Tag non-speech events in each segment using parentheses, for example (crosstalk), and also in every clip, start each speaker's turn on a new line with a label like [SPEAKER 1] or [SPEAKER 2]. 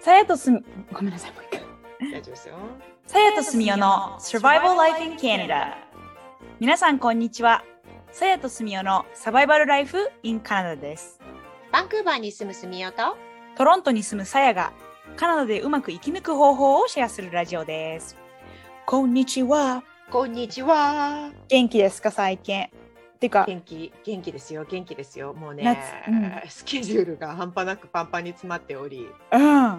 [SPEAKER 1] さやとすみ、ごめんなさい、もう一回。
[SPEAKER 2] 大丈夫ですよ。
[SPEAKER 1] さやとすみおの Survival Life in Canada。皆さん、こんにちは。さやとすみおのサバイバルライフ in Canada です。
[SPEAKER 2] バンクーバーに住む住みよと。
[SPEAKER 1] トロントに住むさやが、カナダでうまく生き抜く方法をシェアするラジオです。こんにちは。
[SPEAKER 2] こんにちは。
[SPEAKER 1] 元気ですか、最近。てか、
[SPEAKER 2] 元気、元気ですよ。元気ですよ。もうね
[SPEAKER 1] 夏う、
[SPEAKER 2] スケジュールが半端なくパンパンに詰まっており。
[SPEAKER 1] うん。お
[SPEAKER 2] お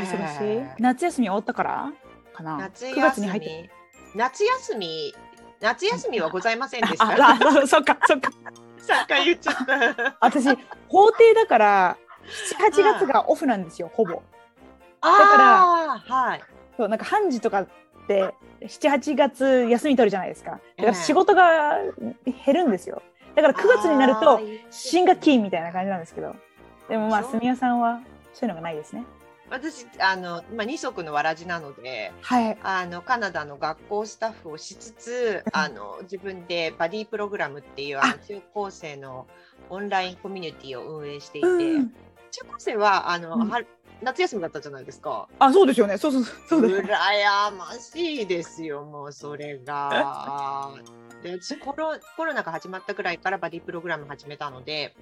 [SPEAKER 1] 忙しい、夏休み終わったからかな
[SPEAKER 2] 夏
[SPEAKER 1] 9月
[SPEAKER 2] 休
[SPEAKER 1] に入って。
[SPEAKER 2] み。夏休み。夏休みはございませんでし
[SPEAKER 1] あ、
[SPEAKER 2] た。
[SPEAKER 1] ああそっか、そっか。
[SPEAKER 2] (laughs) さっき言っちゃった。
[SPEAKER 1] 私、法定だから、7、8月がオフなんですよ、ほぼ。
[SPEAKER 2] あーはい。
[SPEAKER 1] そうなんか判事とかって78月休み取るじゃないですかだか
[SPEAKER 2] ええ
[SPEAKER 1] ら仕事が減るんですよだから9月になる
[SPEAKER 2] あ
[SPEAKER 1] と
[SPEAKER 2] ー
[SPEAKER 1] 新学期みたいな感じなんですけどでもまあ
[SPEAKER 2] そう
[SPEAKER 1] 住谷さんはそういうのがないですね
[SPEAKER 2] 私あの、まあ、二足のわらじなので
[SPEAKER 1] はい
[SPEAKER 2] あのカナダの学校スタッフをしつつあの自分でバディプログラムっていうあの
[SPEAKER 1] あ
[SPEAKER 2] 中高生のオンラインコミュニティを運営していて、
[SPEAKER 1] うん
[SPEAKER 2] 中高生はあの、
[SPEAKER 1] うん
[SPEAKER 2] 春夏休みだったじゃないですか。
[SPEAKER 1] あそうですよねそうそうそうそうです
[SPEAKER 2] 羨ましいですよもうそれ
[SPEAKER 1] (laughs)
[SPEAKER 2] が。でうちコロコロナが始まったぐらいからバディプログラム始めたので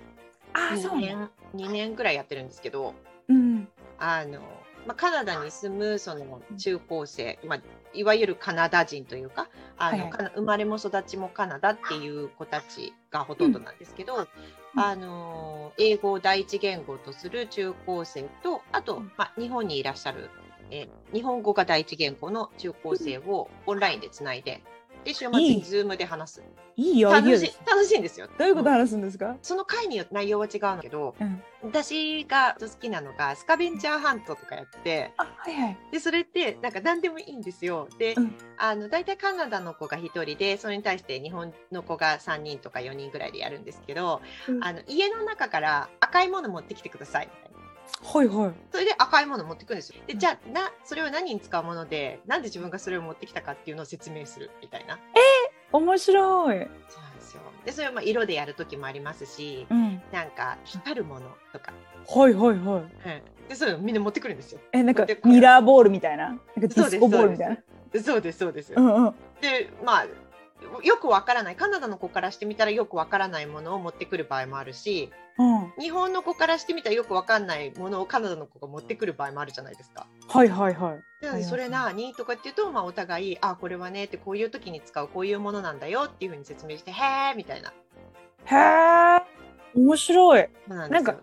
[SPEAKER 1] あそ
[SPEAKER 2] 2
[SPEAKER 1] うね
[SPEAKER 2] 年2年ぐらいやってるんですけど。
[SPEAKER 1] うん
[SPEAKER 2] あの、まあ、カナダに住むその中高生、まあ、いわゆるカナダ人というかあの、
[SPEAKER 1] はいはい
[SPEAKER 2] カナ生まれも育ちもカナダっていう子たちがほとんどなんですけど、
[SPEAKER 1] うん
[SPEAKER 2] あの英語を第一言語とする中高生とあと、
[SPEAKER 1] うん
[SPEAKER 2] まあ、日本にいらっしゃる、えー日本語が第一言語の中高生をオンラインでつないで。で週末
[SPEAKER 1] いい
[SPEAKER 2] にズームで話す
[SPEAKER 1] いいよいい
[SPEAKER 2] 楽
[SPEAKER 1] よ
[SPEAKER 2] しい
[SPEAKER 1] です
[SPEAKER 2] 楽しいんですよ。
[SPEAKER 1] どういうこと
[SPEAKER 2] ん
[SPEAKER 1] 話すんですか
[SPEAKER 2] その回によって内容は違うんだけど、
[SPEAKER 1] うん
[SPEAKER 2] 私が好きなのがスカベンチャーハントとかやって
[SPEAKER 1] あはいはい
[SPEAKER 2] でそれってなんか何でもいいんですよ。で、
[SPEAKER 1] うん
[SPEAKER 2] あの大体カナダの子が1人でそれに対して日本の子が3人とか4人ぐらいでやるんですけど、
[SPEAKER 1] うん
[SPEAKER 2] あの家の中から赤いもの持ってきてくださいみたいな。
[SPEAKER 1] はいはい
[SPEAKER 2] それで赤いもの持ってくるんですよ。でじゃあなそれを何に使うものでなんで自分がそれを持ってきたかっていうのを説明するみたいな。
[SPEAKER 1] 面白い
[SPEAKER 2] そうなんですよでそれをまあ色でやる時もありますし
[SPEAKER 1] うん
[SPEAKER 2] なんか光るものとか
[SPEAKER 1] はいはいはい
[SPEAKER 2] うん、でそういうのみんな持ってくるんですよ。
[SPEAKER 1] えなんか
[SPEAKER 2] でこれ
[SPEAKER 1] ミラーボールみたいななんかディスコボールみたいな
[SPEAKER 2] そうですそうです。
[SPEAKER 1] うんうん
[SPEAKER 2] でまあよくわからないカナダの子からしてみたらよくわからないものを持ってくる場合もあるし
[SPEAKER 1] うん
[SPEAKER 2] 日本の子からしてみたらよくわかんないものをカナダの子が持ってくる場合もあるじゃないですか。
[SPEAKER 1] はいはいはい
[SPEAKER 2] な
[SPEAKER 1] あ
[SPEAKER 2] ので
[SPEAKER 1] りますね
[SPEAKER 2] それなにとかっていうと、まあ、お互い「あこれはね」ってこういう時に使うこういうものなんだよっていうふうに説明して「へーみたいな。
[SPEAKER 1] へえ面白い
[SPEAKER 2] そうなんですよ
[SPEAKER 1] なんか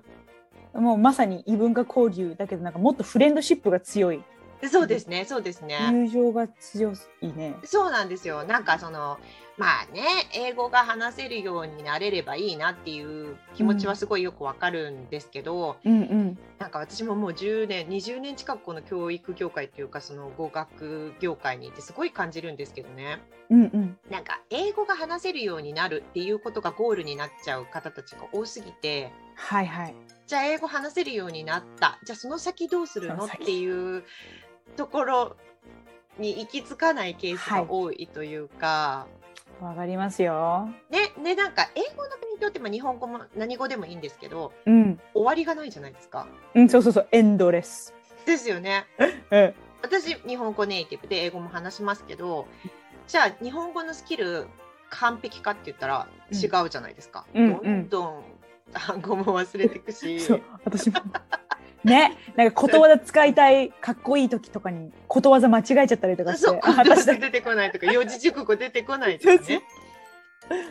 [SPEAKER 1] もうまさに異文化交流だけどなんかもっとフレンドシップが強い
[SPEAKER 2] でそうですねそうですね。
[SPEAKER 1] 友情が強いね
[SPEAKER 2] そうなんですよ。なんかそのまあね英語が話せるようになれればいいなっていう気持ちはすごいよくわかるんですけど、
[SPEAKER 1] うんうん
[SPEAKER 2] なんか私ももう10年20年近くこの教育業界っていうかその語学業界にいてすごい感じるんですけどね
[SPEAKER 1] うんうん
[SPEAKER 2] なんか英語が話せるようになるっていうことがゴールになっちゃう方たちが多すぎて。
[SPEAKER 1] はいはい
[SPEAKER 2] じゃあ英語話せるようになったじゃあその先どうする
[SPEAKER 1] そ
[SPEAKER 2] の
[SPEAKER 1] の
[SPEAKER 2] っ
[SPEAKER 1] 先
[SPEAKER 2] ていうところに行き着かないケースが多いというか、
[SPEAKER 1] わかりますよ
[SPEAKER 2] ね、ね、なんか英語の勉強って、まあ、日本語も何語でもいいんですけど、
[SPEAKER 1] うん
[SPEAKER 2] 終わりがないじゃないですか。
[SPEAKER 1] うんそうそうそうエンドレス
[SPEAKER 2] ですよね。
[SPEAKER 1] え
[SPEAKER 2] 私、日本語ネイティブで英語も話しますけど、じゃあ日本語のスキル完璧かって言ったら
[SPEAKER 1] うん
[SPEAKER 2] 違うじゃないですか。
[SPEAKER 1] うん
[SPEAKER 2] どんどん単語も忘れていくし、
[SPEAKER 1] そう私もねなんかことわざ使いたいかっこいい時とかにことわざ間違えちゃったりとかして
[SPEAKER 2] そう、
[SPEAKER 1] あ
[SPEAKER 2] 言葉
[SPEAKER 1] 私だ
[SPEAKER 2] 出てこないとか、四字熟語出てこないと
[SPEAKER 1] (laughs)
[SPEAKER 2] か
[SPEAKER 1] そう
[SPEAKER 2] ね。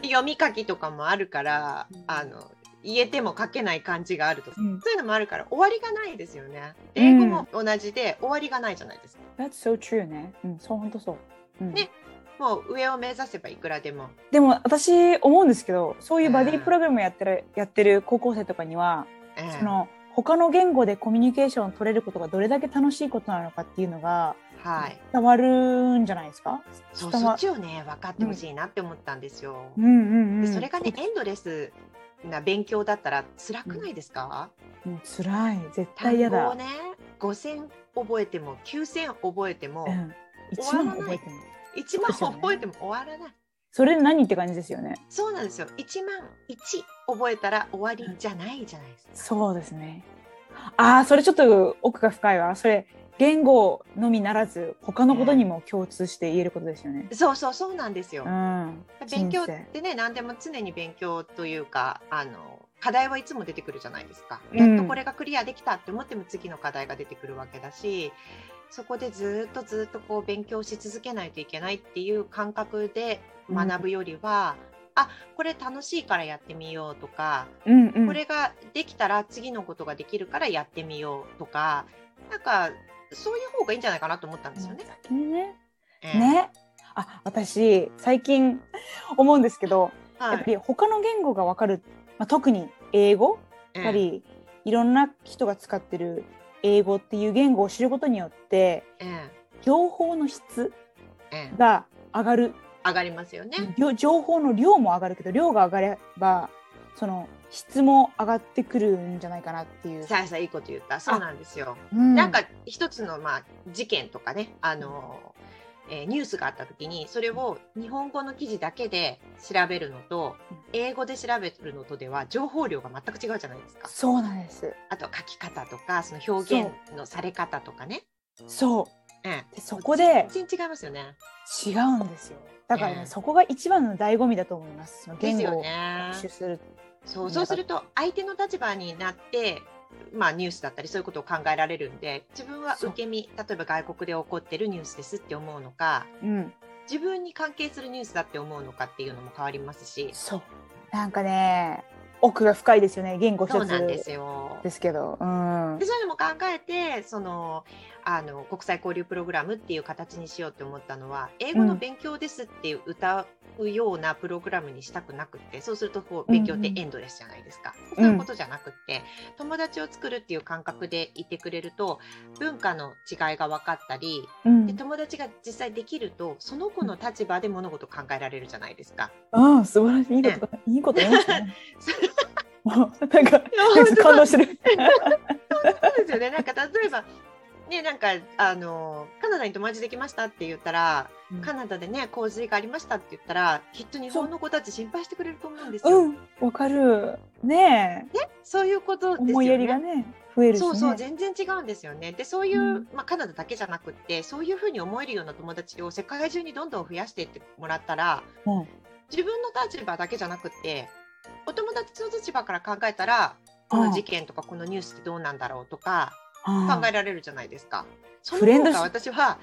[SPEAKER 2] 読み書きとかもあるから、あの言えても書けない漢字があるとか
[SPEAKER 1] うん
[SPEAKER 2] そういうのもあるから終わりがないですよね。
[SPEAKER 1] うん
[SPEAKER 2] 英語も同じで終わりがないじゃないですか。
[SPEAKER 1] That's so true ねうんそう本当そううん
[SPEAKER 2] ねもう上を目指せばいくらでも。
[SPEAKER 1] でも私思うんですけどそういうバデ
[SPEAKER 2] う
[SPEAKER 1] ィ
[SPEAKER 2] ん
[SPEAKER 1] プログラムやってるやってる高校生とかには
[SPEAKER 2] ええ
[SPEAKER 1] その他の言語でコミュニケーションを取れることがどれだけ楽しいことなのかっていうのが
[SPEAKER 2] はい。
[SPEAKER 1] 伝わるんじゃないですか
[SPEAKER 2] そう
[SPEAKER 1] 伝
[SPEAKER 2] そっ
[SPEAKER 1] わ
[SPEAKER 2] ちをね分かってほしいなって思ったんですよ。
[SPEAKER 1] うんうんう
[SPEAKER 2] で
[SPEAKER 1] ん
[SPEAKER 2] それがねエンドレスな勉強だったら辛くないですか？
[SPEAKER 1] うん辛い絶対
[SPEAKER 2] 単
[SPEAKER 1] 嫌
[SPEAKER 2] 語
[SPEAKER 1] だ、
[SPEAKER 2] をね五千覚えても九千覚えても
[SPEAKER 1] うん、一
[SPEAKER 2] 終わら
[SPEAKER 1] 番覚
[SPEAKER 2] ない
[SPEAKER 1] えてない
[SPEAKER 2] 一万覚えても終わらない。
[SPEAKER 1] それで何って感じですよね。
[SPEAKER 2] そうなんですよ。1万1覚えたら終わりじゃないじゃないですか。
[SPEAKER 1] そうですね。ああ、それちょっと奥が深いわ。それ、言語のみならず、他のことにも共通して言えることですよね。
[SPEAKER 2] そうそうそうなんですよ
[SPEAKER 1] う。ん。
[SPEAKER 2] 勉強っ
[SPEAKER 1] 人生
[SPEAKER 2] てね何でも常に勉強というかあの課題はいつも出てくるじゃないですか、
[SPEAKER 1] うん
[SPEAKER 2] やっとこれがクリアできたって思っても次の課題が出てくるわけだしそこでずっとずっとこう勉強し続けないといけないっていう感覚で学ぶよりは、あこれ楽しいからやってみようとか
[SPEAKER 1] うんうん。
[SPEAKER 2] これができたら次のことができるからやってみようとかなんかそういう方がいいんじゃないかなと思ったんですよね。
[SPEAKER 1] 先にね。
[SPEAKER 2] ええ
[SPEAKER 1] ね。あ、私、最近思うんですけど、や
[SPEAKER 2] は
[SPEAKER 1] っぱ
[SPEAKER 2] い
[SPEAKER 1] り他の言語がわかる、まあ、特に英語
[SPEAKER 2] え
[SPEAKER 1] やっぱ
[SPEAKER 2] え
[SPEAKER 1] りいろんな人が使ってる英語っていう言語を知ることによって
[SPEAKER 2] ええ
[SPEAKER 1] 情報の質
[SPEAKER 2] ええ
[SPEAKER 1] が上がる
[SPEAKER 2] 上がりますよね。
[SPEAKER 1] 量情報の量も上がるけど量が上がればその質も上がってくるんじゃないかなっていう。
[SPEAKER 2] さあさあいいこと言ったそうなんですよ、
[SPEAKER 1] うん
[SPEAKER 2] なんか一つのまあ事件とかねあの、えーニュースがあった時にそれを日本語の記事だけで調べるのと英語で調べるのとでは情報量が全く違うじゃないですか
[SPEAKER 1] そうなんです。
[SPEAKER 2] あと書き方とかその表現のされ方とかね
[SPEAKER 1] そう
[SPEAKER 2] ええ
[SPEAKER 1] でそこで
[SPEAKER 2] 全然違いますよね
[SPEAKER 1] 違うんですよ。だからね、
[SPEAKER 2] うん
[SPEAKER 1] そこが一番の醍醐味だと思います。その
[SPEAKER 2] で
[SPEAKER 1] 言
[SPEAKER 2] す
[SPEAKER 1] 語
[SPEAKER 2] よ
[SPEAKER 1] を
[SPEAKER 2] ね
[SPEAKER 1] 学習する。
[SPEAKER 2] そうそうすると相手の立場になってまあ、ニュースだったりそういうことを考えられるんで自分は受け身例えば外国で起こってるニュースですって思うのか
[SPEAKER 1] うん、
[SPEAKER 2] 自分に関係するニュースだって思うのかっていうのも変わりますし
[SPEAKER 1] そう。なんかね、奥が深いですよね。言語
[SPEAKER 2] そ
[SPEAKER 1] 一
[SPEAKER 2] う
[SPEAKER 1] つ
[SPEAKER 2] なんですよ。
[SPEAKER 1] ですけど、うん
[SPEAKER 2] で、そういうのも考えてそのあの国際交流プログラムっていう形にしようって思ったのは英語の勉強ですっていう歌うようなプログラムにしたくなくって、そうするとこう勉強ってエンドレスじゃないですか、
[SPEAKER 1] うん
[SPEAKER 2] そういうことじゃなくって友達を作るっていう感覚でいてくれると文化の違いが分かったり
[SPEAKER 1] うん
[SPEAKER 2] で友達が実際できるとその子の立場で物事を考えられるじゃないです
[SPEAKER 1] (laughs)
[SPEAKER 2] か。
[SPEAKER 1] うん、素晴らしい。いいこと、いいこと言いました
[SPEAKER 2] (laughs)
[SPEAKER 1] ね。もう (laughs) なんか、
[SPEAKER 2] 本当
[SPEAKER 1] 感動してる。
[SPEAKER 2] そうですよね。なんか例えば。ね、なんかあのカナダに友達できましたって言ったら、カナダでね洪水がありましたって言ったらきっと日本の子たち心配してくれると思うんですよ。
[SPEAKER 1] うん、わかる。ねえ、
[SPEAKER 2] そういうことですよね。
[SPEAKER 1] 思いやりがね、増えるしね。
[SPEAKER 2] そうそう全然違うんですよね。でそういう、
[SPEAKER 1] うん
[SPEAKER 2] まあ、カナダだけじゃなくってそういうふうに思えるような友達を世界中にどんどん増やしていってもらったら
[SPEAKER 1] うん
[SPEAKER 2] 自分の立場だけじゃなくってお友達の立場から考えたらこの事件とかこのニュースってどうなんだろうとか、考えられるじゃないですか。その
[SPEAKER 1] フレンド
[SPEAKER 2] 方
[SPEAKER 1] シ
[SPEAKER 2] が私は、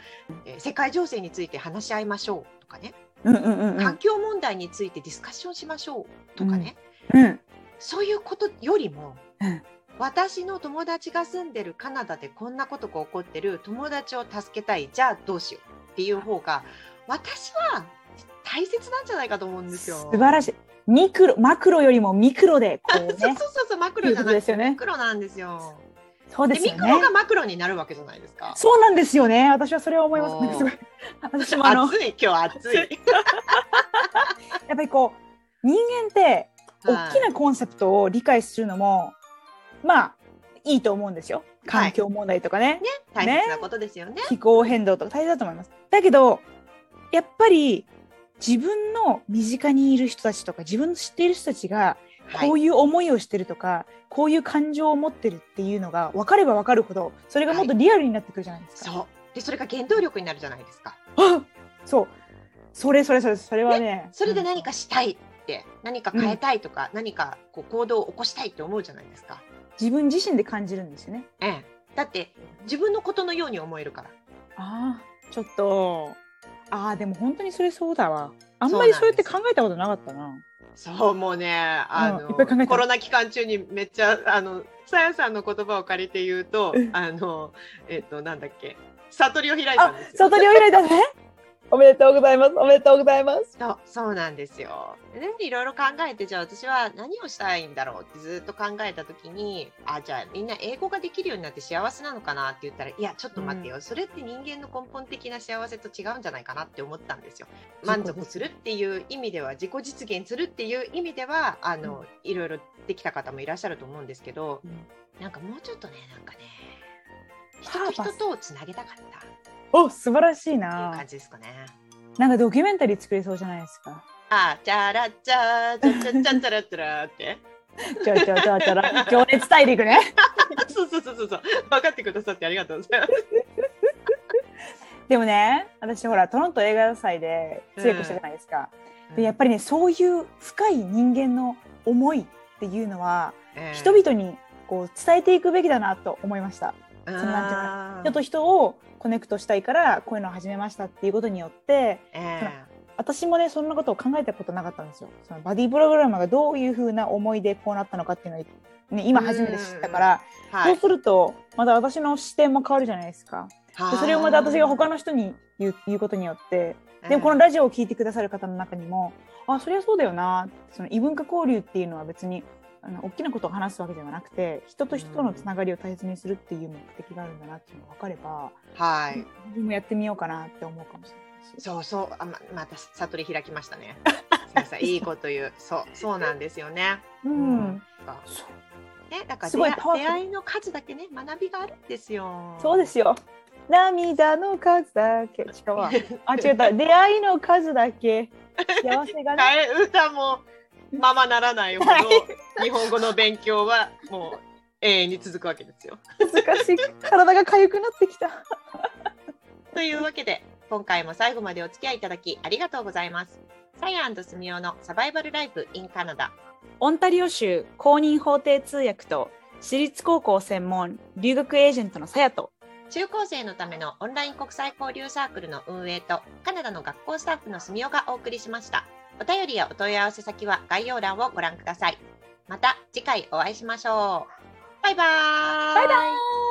[SPEAKER 2] えー世界情勢について話し合いましょうとかね、
[SPEAKER 1] うんうんうんうん
[SPEAKER 2] 環境問題についてディスカッションしましょうとかね、
[SPEAKER 1] うん。
[SPEAKER 2] そういうことよりも、
[SPEAKER 1] うん
[SPEAKER 2] 私の友達が住んでるカナダでこんなことが起こってる友達を助けたいじゃあどうしようっていう方が私は大切なんじゃないかと思うんですよ。
[SPEAKER 1] 素晴ら
[SPEAKER 2] しい
[SPEAKER 1] しい。ミクロ、マクロよりもミクロで、こう
[SPEAKER 2] そう
[SPEAKER 1] ね。
[SPEAKER 2] そうそうそうマクロじ
[SPEAKER 1] い
[SPEAKER 2] ゃな
[SPEAKER 1] うことで
[SPEAKER 2] く
[SPEAKER 1] す
[SPEAKER 2] て、
[SPEAKER 1] よね
[SPEAKER 2] ミクロなんですよ。
[SPEAKER 1] そうで
[SPEAKER 2] です
[SPEAKER 1] よ
[SPEAKER 2] ミクロ
[SPEAKER 1] ね
[SPEAKER 2] が。マクロになるわけじゃないですか。
[SPEAKER 1] そうなんですよね。私はそれを思います。
[SPEAKER 2] おー
[SPEAKER 1] なんかすごい。 (laughs) 私もあの、や
[SPEAKER 2] 暑い今日暑い。
[SPEAKER 1] っぱりこう、人間って、大き
[SPEAKER 2] はい
[SPEAKER 1] なコンセプトを理解するのも、まあ、いいと思うんですよ。環境問題とかね。
[SPEAKER 2] 大切なことですよね。
[SPEAKER 1] 気候変動とか大切だと思います。だけど、やっぱり自分の身近にいる人たちとか、自分の知っている人たちが、こう
[SPEAKER 2] い
[SPEAKER 1] いう思いをしてるとか、こういう感情を持ってるっていうのが分かれば分かるほど、それがもっとリアルになってくるじゃないですか。
[SPEAKER 2] そう。でそれが原動力になるじゃないですか。
[SPEAKER 1] あそう。それそれそれ、それはね。
[SPEAKER 2] それで何かしたいって、何か変えたいとか、何かこう行動を起こしたいって思うじゃないですか。
[SPEAKER 1] 自分自身で感じるんですよね。
[SPEAKER 2] ええ。だって自分のことのように思えるから。
[SPEAKER 1] ああ、ちょっと。ああ、でも本当にそれそうだわ。あんまりそうやって考えたことなかったな。
[SPEAKER 2] そうもうね、あ
[SPEAKER 1] いっぱい考え
[SPEAKER 2] の
[SPEAKER 1] た
[SPEAKER 2] コロナ期間中にめっちゃあのさやさんの言葉を借りて言うと
[SPEAKER 1] うん、
[SPEAKER 2] あのえっとなんだっけ、悟りを開いた
[SPEAKER 1] あ
[SPEAKER 2] んです、よ。
[SPEAKER 1] 外においらいだね。おめでとうございます。おめでとうございます。
[SPEAKER 2] そうそうなんですよ。ね、いろいろ考えてじゃあ私は何をしたいんだろうってずっと考えた時にあじゃあみんな英語ができるようになって幸せなのかなって言ったらいやちょっと待ってよ、それって人間の根本的な幸せと違うんじゃないかなって思ったんですよ。満足するっていう意味では自己実現するっていう意味ではあの、いろいろできた方もいらっしゃると思うんですけど、
[SPEAKER 1] うん
[SPEAKER 2] なんかもうちょっとねなんかね
[SPEAKER 1] パーパ
[SPEAKER 2] 人
[SPEAKER 1] ス
[SPEAKER 2] と人とをつなげたかったっていう
[SPEAKER 1] (laughs) お素晴らしいな
[SPEAKER 2] 感じですかね。
[SPEAKER 1] なんかドキュメンタリー作れそうじゃないですか
[SPEAKER 2] あ、チャラチャチャチャチャチャラチャラって。
[SPEAKER 1] ちょちょちょちょら、 (laughs) 情熱大陸ね。
[SPEAKER 2] そうそうそうそうそう。分かってくださってありがとうございます。
[SPEAKER 1] でもね、私ほら、トロント映画祭で通訳したじゃないですか。で、やっぱりね、そういう深い人間の思いっていうのは、
[SPEAKER 2] えー
[SPEAKER 1] 人々にこう伝えていくべきだなと思いました。
[SPEAKER 2] あー
[SPEAKER 1] そのなんていうの人と人をコネクトしたいから、こういうのを始めましたっていうことによって、
[SPEAKER 2] え
[SPEAKER 1] 私もねそんなことを考えたことなかったんですよそのバディプログラマーがどういうふうな思いでこうなったのかっていうのを、ね、今初めて知ったから、
[SPEAKER 2] ーは
[SPEAKER 1] そうするとまた私の視点も変わるじゃないですかで
[SPEAKER 2] い、
[SPEAKER 1] それをまた私が他の人に言う言うことによってでもこの
[SPEAKER 2] ラ
[SPEAKER 1] ラジオを聞いてくださる方の中にもあそりゃそうだよなその異文化交流っていうのは別にあの大きなことを話すわけではなくて人と人とのつながりを大切にするっていう目的があるんだなっていうのが分かれば、
[SPEAKER 2] はい。
[SPEAKER 1] 自分もやってみようかなって思うかもしれないし。
[SPEAKER 2] そうそう。あままた悟り開きましたね。先生いいこと言う。そうそうなんですよね。
[SPEAKER 1] う
[SPEAKER 2] うん
[SPEAKER 1] ん
[SPEAKER 2] そうね、だから
[SPEAKER 1] すごい
[SPEAKER 2] 出会
[SPEAKER 1] パワフル
[SPEAKER 2] 出会いの数だけね学びがあるんですよ。
[SPEAKER 1] そうですよ。涙の数だけ。違
[SPEAKER 2] (laughs)
[SPEAKER 1] うわ。あ、違った。出会いの数だけ。幸せがね。
[SPEAKER 2] 替え歌もままならないほ
[SPEAKER 1] は
[SPEAKER 2] ど日本語の勉強はもう永遠に続くわけですよ。
[SPEAKER 1] 難しい。体が痒くなってきた。
[SPEAKER 2] というわけで今回も最後までお付き合いいただきありがとうございます。サイアンとスミオのサバイバルライフインカナダ
[SPEAKER 1] オンタリオ州公認法廷通訳と私立高校専門留学エージェントのさやと。
[SPEAKER 2] 中高生のためのオンライン国際交流サークルの運営とカナダの学校スタッフのすみおがお送りしましたお便りやお問い合わせ先は概要欄をご覧くださいまた次回お会いしましょうバイバーイ
[SPEAKER 1] バイバイ。